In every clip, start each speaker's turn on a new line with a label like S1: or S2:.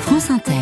S1: France Inter,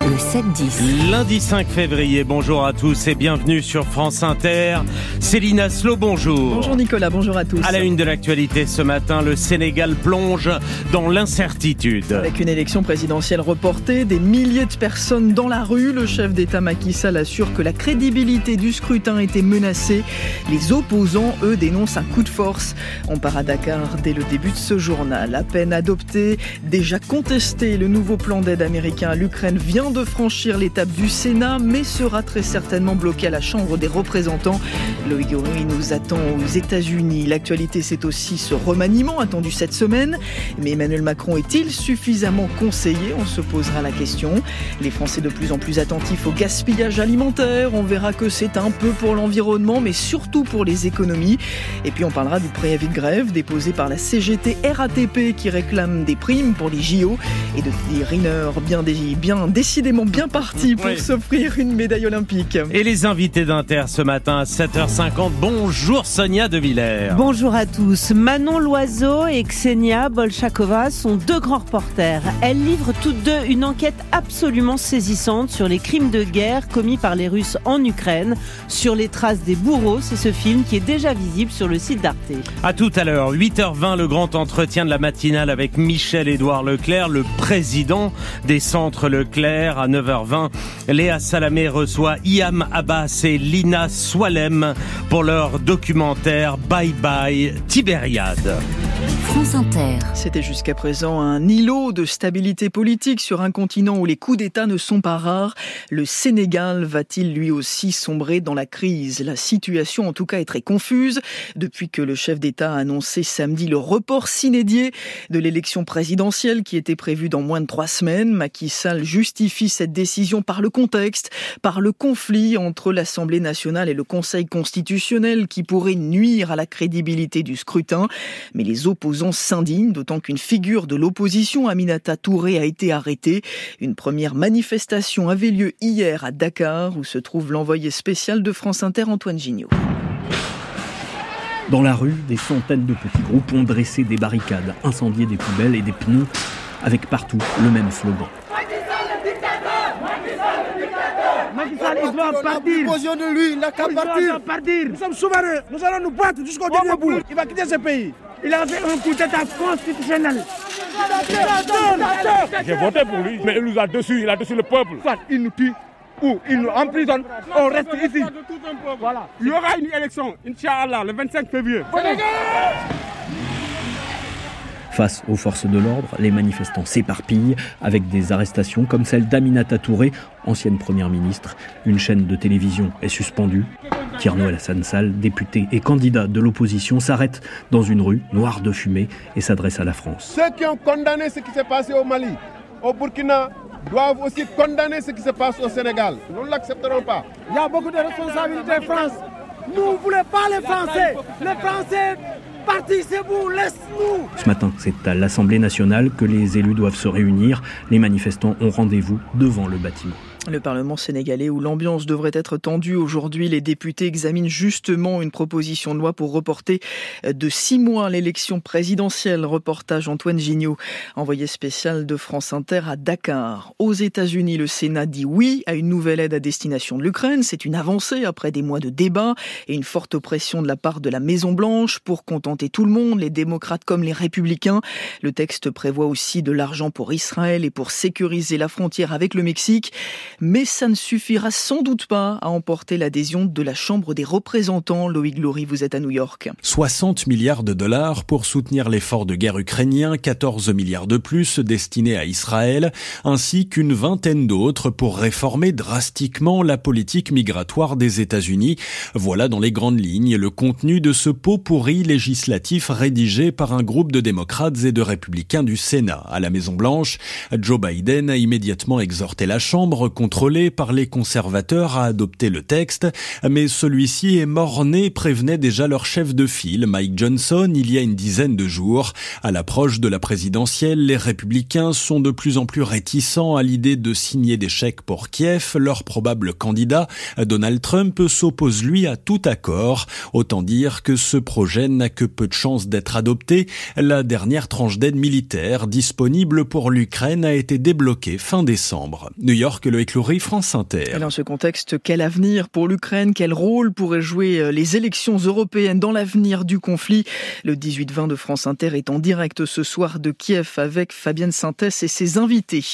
S1: le 7-10.
S2: Lundi 5 février, bonjour à tous et bienvenue sur France Inter. Céline Aslo, bonjour.
S3: Bonjour Nicolas, bonjour à tous.
S2: À la une de l'actualité ce matin, le Sénégal plonge dans l'incertitude.
S3: Avec une élection présidentielle reportée, des milliers de personnes dans la rue, le chef d'État Macky Sall assure que la crédibilité du scrutin était menacée. Les opposants, eux, dénoncent un coup de force. On part à Dakar dès le début de ce journal. À peine adopté, déjà contesté, le nouveau plan d'aide américain à l'Ukraine vient de franchir l'étape du Sénat, mais sera très certainement bloqué à la Chambre des représentants. Loïc Goury nous attend aux États-Unis. L'actualité, c'est aussi ce remaniement attendu cette semaine. Mais Emmanuel Macron est-il suffisamment conseillé On se posera la question. Les Français de plus en plus attentifs au gaspillage alimentaire. On verra que c'est un peu pour l'environnement, mais surtout pour les économies. Et puis on parlera du préavis de grève déposé par la CGT RATP qui réclame des primes pour les JO et de des Riner bien, dé- bien décidément bien parti pour
S2: Oui.
S3: s'offrir une médaille olympique.
S2: Et les invités d'Inter ce matin à 7h50, bonjour Sonia De Villers.
S4: Bonjour à tous. Manon Loiseau et Xenia Bolchakova sont deux grands reporters. Elles livrent toutes deux une enquête absolument saisissante sur les crimes de guerre commis par les Russes en Ukraine. Sur les traces des bourreaux, c'est ce film qui est déjà visible sur le site d'Arte.
S2: À tout à l'heure, 8h20, le grand entretien de la matinale avec Michel-Édouard Leclerc, le président des centres Leclerc. À 9h20, Léa Salamé reçoit Iam Abbas et Lina Soalem pour leur documentaire Bye Bye Tibériade.
S1: France Inter,
S3: C'était jusqu'à présent un îlot de stabilité politique sur un continent où les coups d'État ne sont pas rares. Le Sénégal va-t-il lui aussi sombrer dans la crise La situation en tout cas est très confuse depuis que le chef d'État a annoncé samedi le report s'inédié de l'élection présidentielle qui était prévue dans moins de trois semaines. Macky Sall justifie cette décision par le contexte, par le conflit entre l'Assemblée nationale et le Conseil constitutionnel qui pourrait nuire à la crédibilité du scrutin. Mais les opposants s'indignent, d'autant qu'une figure de l'opposition, Aminata Touré, a été arrêtée. Une première manifestation avait lieu hier à Dakar, où se trouve l'envoyé spécial de France Inter, Antoine Gignot.
S5: Dans la rue, des centaines de petits groupes ont dressé des barricades, incendié des poubelles et des pneus, avec partout le même slogan.
S6: Il doit partir. de lui, il n'a qu'à partir. Nous sommes souverains. Nous allons nous battre jusqu'au dernier bout. Il va quitter ce pays. Il a fait un coup d'état constitutionnel.
S7: J'ai voté pour lui, mais il nous a déçus, il a déçu le peuple.
S6: Soit il nous tue ou il nous emprisonne. On reste ici. Voilà.
S7: Il y aura une élection, Inch'Allah, le 25 février.
S5: Face aux forces de l'ordre, les manifestants s'éparpillent avec des arrestations comme celle d'Aminata Touré, ancienne première ministre. Une chaîne de télévision est suspendue. Tierno Alassane Sall, député et candidat de l'opposition, s'arrête dans une rue noire de fumée et s'adresse à la France.
S8: Ceux qui ont condamné ce qui s'est passé au Mali, au Burkina, doivent aussi condamner ce qui se passe au Sénégal. Nous ne l'accepterons pas.
S6: Il y a beaucoup de responsabilités, France. Nous ne voulons pas les Français. Les Français, partissez-vous, laisse-nous.
S5: Ce matin, c'est à l'Assemblée nationale que les élus doivent se réunir. Les manifestants ont rendez-vous devant le bâtiment.
S3: Le Parlement sénégalais où l'ambiance devrait être tendue aujourd'hui, les députés examinent justement une proposition de loi pour reporter euh, de six mois l'élection présidentielle. Reportage Antoine Gignot, envoyé spécial de France Inter à Dakar. Aux États-Unis, le Sénat dit oui à une nouvelle aide à destination de l'Ukraine. C'est une avancée après des mois de débats et une forte pression de la part de la Maison-Blanche pour contenter tout le monde, les démocrates comme les républicains. Le texte prévoit aussi de l'argent pour Israël et pour sécuriser la frontière avec le Mexique mais ça ne suffira sans doute pas à emporter l'adhésion de la Chambre des représentants. Loïc Glory, vous êtes à New York.
S9: 60 milliards de dollars pour soutenir l'effort de guerre ukrainien, 14 milliards de plus destinés à Israël, ainsi qu'une vingtaine d'autres pour réformer drastiquement la politique migratoire des États-Unis. Voilà dans les grandes lignes le contenu de ce pot pourri législatif rédigé par un groupe de démocrates et de républicains du Sénat. À la Maison-Blanche, Joe Biden a immédiatement exhorté la Chambre contre contrôlée par les conservateurs à adopter le texte, mais celui-ci est mort-né, prévenait déjà leur chef de file, Mike Johnson, il y a une dizaine de jours. À l'approche de la présidentielle, les républicains sont de plus en plus réticents à l'idée de signer des chèques pour Kiev. Leur probable candidat, Donald Trump, s'oppose lui à tout accord. Autant dire que ce projet n'a que peu de chances d'être adopté. La dernière tranche d'aide militaire disponible pour l'Ukraine a été débloquée fin décembre. New York, le Cloury, France Inter.
S3: Et dans ce contexte, quel avenir pour l'Ukraine Quel rôle pourraient jouer euh, les élections européennes dans l'avenir du conflit Le 18-20 de France Inter est en direct ce soir de Kiev avec Fabienne Sintès et ses invités.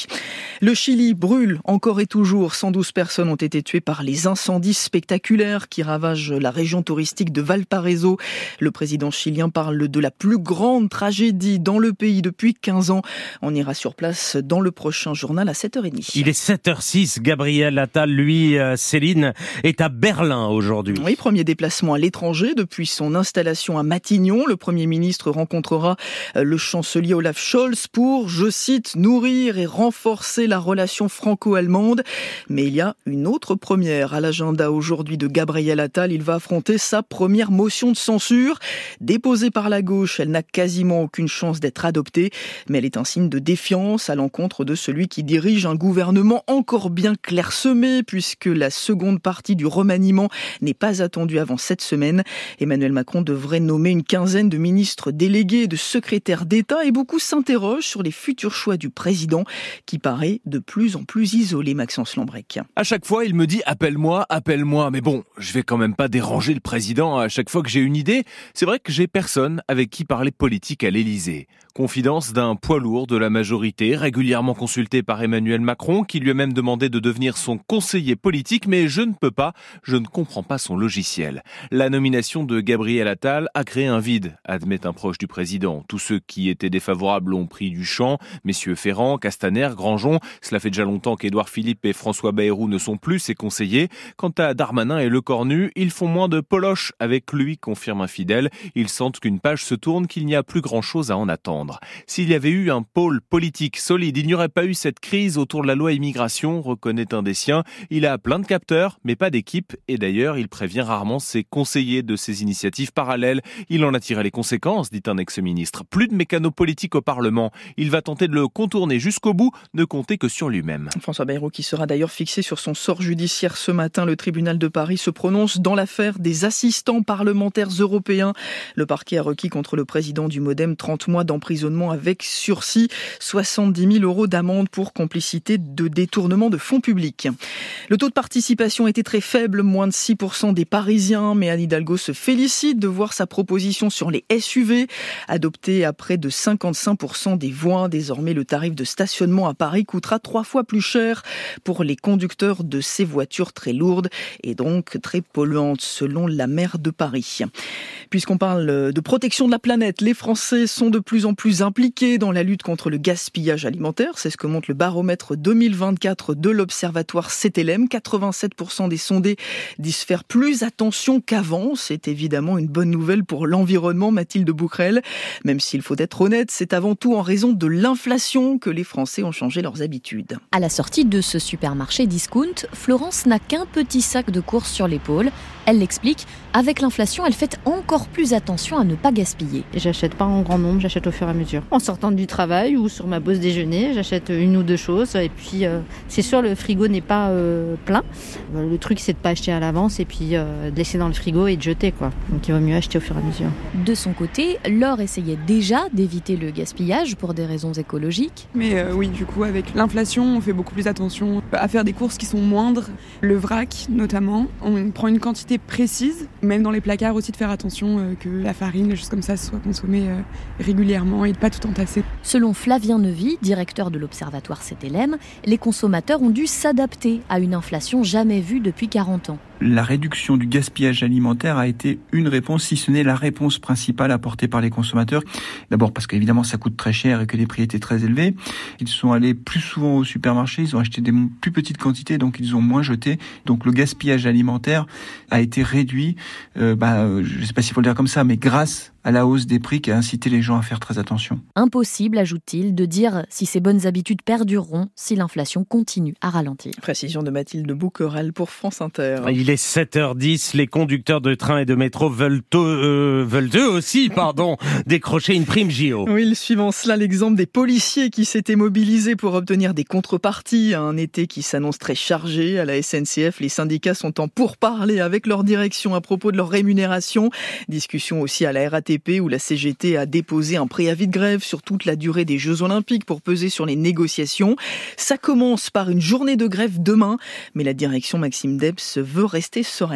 S3: Le Chili brûle encore et toujours. 112 personnes ont été tuées par les incendies spectaculaires qui ravagent la région touristique de Valparaiso. Le président chilien parle de la plus grande tragédie dans le pays depuis 15 ans. On ira sur place dans le prochain journal à 7h30.
S2: Il est 7h06, Gabriel Attal, lui, euh, Céline, est à Berlin aujourd'hui.
S3: Oui, premier déplacement à l'étranger depuis son installation à Matignon. Le Premier ministre rencontrera euh, le chancelier Olaf Scholz pour, je cite, nourrir et renforcer la relation franco-allemande. Mais il y a une autre première à l'agenda aujourd'hui de Gabriel Attal. Il va affronter sa première motion de censure. Déposée par la gauche, elle n'a quasiment aucune chance d'être adoptée, mais elle est un signe de défiance à l'encontre de celui qui dirige un gouvernement encore bien clairsemé, puisque la seconde partie du remaniement n'est pas attendue avant cette semaine. Emmanuel Macron devrait nommer une quinzaine de ministres délégués, et de secrétaires d'État, et beaucoup s'interrogent sur les futurs choix du président, qui paraît de plus en plus isolé, Maxence Lambrec.
S10: À chaque fois, il me dit appelle-moi, appelle-moi. Mais bon, je vais quand même pas déranger le président à chaque fois que j'ai une idée. C'est vrai que j'ai personne avec qui parler politique à l'Élysée. Confidence d'un poids lourd de la majorité, régulièrement consulté par Emmanuel Macron, qui lui a même demandé de devenir son conseiller politique, mais je ne peux pas, je ne comprends pas son logiciel. La nomination de Gabriel Attal a créé un vide, admet un proche du président. Tous ceux qui étaient défavorables ont pris du champ, messieurs Ferrand, Castaner, Grandjean. Cela fait déjà longtemps qu'Édouard Philippe et François Bayrou ne sont plus ses conseillers. Quant à Darmanin et Lecornu, ils font moins de poloche avec lui, confirme un fidèle. Ils sentent qu'une page se tourne, qu'il n'y a plus grand-chose à en attendre. S'il y avait eu un pôle politique solide, il n'y aurait pas eu cette crise autour de la loi immigration, reconnaît un des siens. Il a plein de capteurs, mais pas d'équipe, et d'ailleurs, il prévient rarement ses conseillers de ces initiatives parallèles. Il en a tiré les conséquences, dit un ex-ministre. Plus de mécano politique au Parlement. Il va tenter de le contourner jusqu'au bout, ne compter que sur lui-même.
S3: François Bayrou, qui sera d'ailleurs fixé sur son sort judiciaire ce matin, le tribunal de Paris se prononce dans l'affaire des assistants parlementaires européens. Le parquet a requis contre le président du Modem 30 mois d'emprisonnement avec sursis, 70 000 euros d'amende pour complicité de détournement de fonds publics. Le taux de participation était très faible, moins de 6% des Parisiens, mais Anne Hidalgo se félicite de voir sa proposition sur les SUV adoptée à près de 55% des voix. Désormais, le tarif de stationnement à Paris coûtera trois fois plus cher pour les conducteurs de ces voitures très lourdes et donc très polluantes, selon la maire de Paris. Puisqu'on parle de protection de la planète, les Français sont de plus en plus impliqués dans la lutte contre le gaspillage alimentaire. C'est ce que montre le baromètre 2024 de l'Observatoire CTLM. 87% des sondés disent faire plus attention qu'avant. C'est évidemment une bonne nouvelle pour l'environnement, Mathilde Bouquerel. Même s'il faut être honnête, c'est avant tout en raison de l'inflation que les Français ont changé leurs habitudes.
S11: À la sortie de ce supermarché discount, Florence n'a qu'un petit sac de courses sur l'épaule. Elle l'explique, avec l'inflation, elle fait encore plus attention à ne pas gaspiller.
S12: J'achète pas en grand nombre, j'achète au fur et à mesure. En sortant du travail ou sur ma pause déjeuner, j'achète une ou deux choses. Et puis, euh, c'est sûr, le frigo n'est pas euh, plein. Le truc, c'est de pas acheter à l'avance et puis euh, de laisser dans le frigo et de jeter. Quoi. Donc, il vaut mieux acheter au fur et à mesure.
S11: De son côté, Laure essayait déjà d'éviter le gaspillage pour des raisons écologiques.
S13: Mais euh, oui, du coup, avec l'inflation, on fait beaucoup plus attention à faire des courses qui sont moindres. Le vrac, notamment, on prend une quantité précise, même dans les placards aussi de faire attention euh, que la farine, juste comme ça, soit consommée euh, régulièrement et de pas tout entasser.
S11: Selon Flavien Neuvy, directeur de l'Observatoire CTLM, les consommateurs ont dû s'adapter à une inflation jamais vue depuis 40 ans.
S14: La réduction du gaspillage alimentaire a été une réponse, si ce n'est la réponse principale apportée par les consommateurs. D'abord parce qu'évidemment ça coûte très cher et que les prix étaient très élevés. Ils sont allés plus souvent au supermarché, ils ont acheté des plus petites quantités, donc ils ont moins jeté. Donc le gaspillage alimentaire a été réduit, euh, bah, je ne sais pas s'il faut le dire comme ça, mais grâce
S15: à la hausse des prix qui a incité les gens à faire très attention.
S11: Impossible, ajoute-t-il, de dire si ces bonnes habitudes perdureront si l'inflation continue à ralentir.
S3: Précision de Mathilde Bouquerel pour France Inter.
S2: Il est 7h10, les conducteurs de train et de métro veulent, eux- euh, veulent eux aussi pardon, décrocher une prime JO.
S3: Oui, suivant cela, l'exemple des policiers qui s'étaient mobilisés pour obtenir des contreparties à un été qui s'annonce très chargé. À la SNCF, les syndicats sont en pourparlers avec leur direction à propos de leur rémunération. Discussion aussi à la RATP où la CGT a déposé un préavis de grève sur toute la durée des Jeux Olympiques pour peser sur les négociations. Ça commence par une journée de grève demain, mais la direction Maxime Debs veut rester sereine.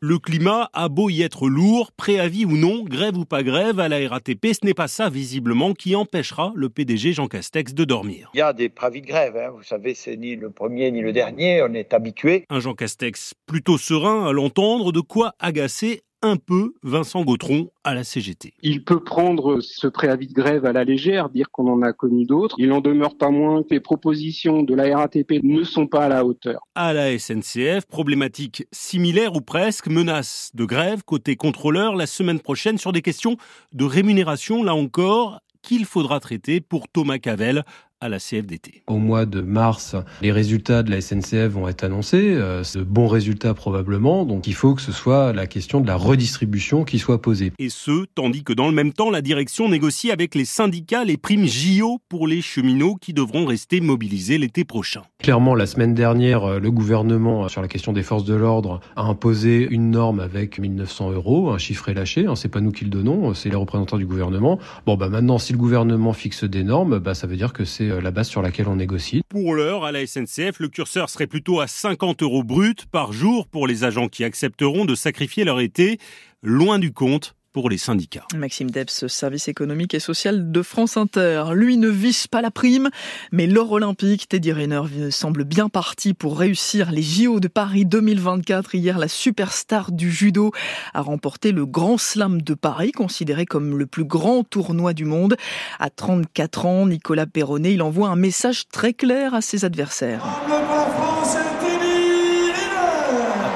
S16: Le climat a beau y être lourd, préavis ou non, grève ou pas grève, à la RATP, ce n'est pas ça visiblement qui empêchera le PDG Jean Castex de dormir.
S17: Il y a des préavis de grève, hein. vous savez, c'est ni le premier ni le dernier, on est habitué.
S16: Un Jean Castex plutôt serein à l'entendre, de quoi agacer un peu Vincent Gautron à la CGT.
S18: Il peut prendre ce préavis de grève à la légère, dire qu'on en a connu d'autres. Il en demeure pas moins que les propositions de la RATP ne sont pas à la hauteur.
S16: À la SNCF, problématique similaire ou presque, menace de grève côté contrôleur la semaine prochaine sur des questions de rémunération, là encore, qu'il faudra traiter pour Thomas Cavel à la CFDT.
S19: Au mois de mars, les résultats de la SNCF vont être annoncés, euh, de bons résultats probablement, donc il faut que ce soit la question de la redistribution qui soit posée.
S16: Et ce, tandis que dans le même temps, la direction négocie avec les syndicats les primes JO pour les cheminots qui devront rester mobilisés l'été prochain.
S19: Clairement, la semaine dernière, euh, le gouvernement, euh, sur la question des forces de l'ordre, a imposé une norme avec 1900 euros, un chiffre est lâché, hein, c'est pas nous qui le donnons, euh, c'est les représentants du gouvernement. Bon, bah maintenant, si le gouvernement fixe des normes, bah ça veut dire que c'est euh, la base sur laquelle on négocie.
S16: Pour l'heure, à la SNCF, le curseur serait plutôt à 50 euros brut par jour pour les agents qui accepteront de sacrifier leur été, loin du compte pour les syndicats.
S3: Maxime Debs, service économique et social de France Inter. Lui ne vise pas la prime, mais l'or olympique, Teddy Riner semble bien parti pour réussir les JO de Paris 2024. Hier, la superstar du judo a remporté le Grand Slam de Paris, considéré comme le plus grand tournoi du monde. À 34 ans, Nicolas Perronnet, il envoie un message très clair à ses adversaires.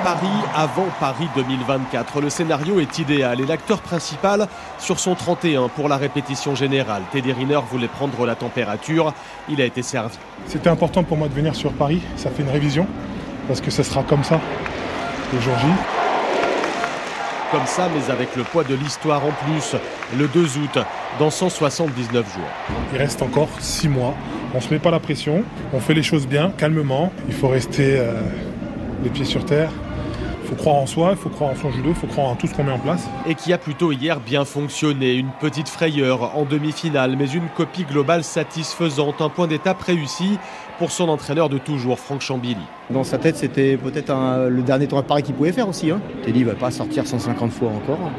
S10: Paris avant Paris 2024. Le scénario est idéal et l'acteur principal sur son 31 pour la répétition générale. Teddy Riner voulait prendre la température, il a été servi.
S6: C'était important pour moi de venir sur Paris, ça fait une révision, parce que ce sera comme ça le jour J.
S10: Comme ça, mais avec le poids de l'histoire en plus, le 2 août, dans 179 jours.
S6: Il reste encore six mois. On se met pas la pression, on fait les choses bien, calmement. Il faut rester euh, les pieds sur terre. Il faut croire en soi, il faut croire en son judo, il faut croire en tout ce qu'on met en place.
S10: Et qui a plutôt hier bien fonctionné. Une petite frayeur en demi-finale, mais une copie globale satisfaisante. Un point d'étape réussi pour son entraîneur de toujours, Franck Chambilly.
S5: Dans sa tête, c'était peut-être un- le dernier tour à Paris qu'il pouvait faire aussi. Hein. Teddy ne va pas sortir 150 fois encore.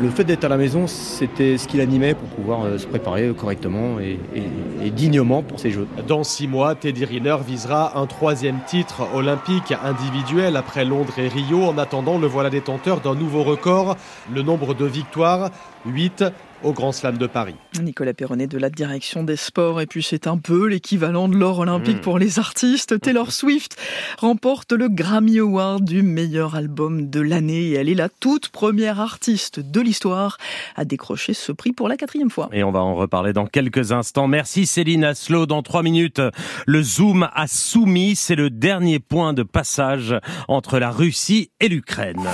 S5: Le fait d'être à la maison, c'était ce qui l'animait pour pouvoir euh, se préparer correctement et, et- et dignement pour ces Jeux.
S10: Dans six mois, Teddy Riner visera un troisième titre olympique individuel après Londres et Rio. En attendant, le voilà détenteur d'un nouveau record, le nombre de victoires, 8 au Grand Slam de Paris.
S3: Nicolas Perronnet de la direction des sports. Et puis c'est un peu l'équivalent de l'or olympique
S10: Mmh.
S3: pour les artistes. Taylor Swift remporte le Grammy Award du meilleur album de l'année. Et elle est la toute première artiste de l'histoire à décrocher ce prix pour la quatrième fois.
S2: Et on va en reparler dans quelques instants. Merci Céline Aslo. Dans trois minutes, le Zoom a soumis. C'est le dernier point de passage entre la Russie et l'Ukraine.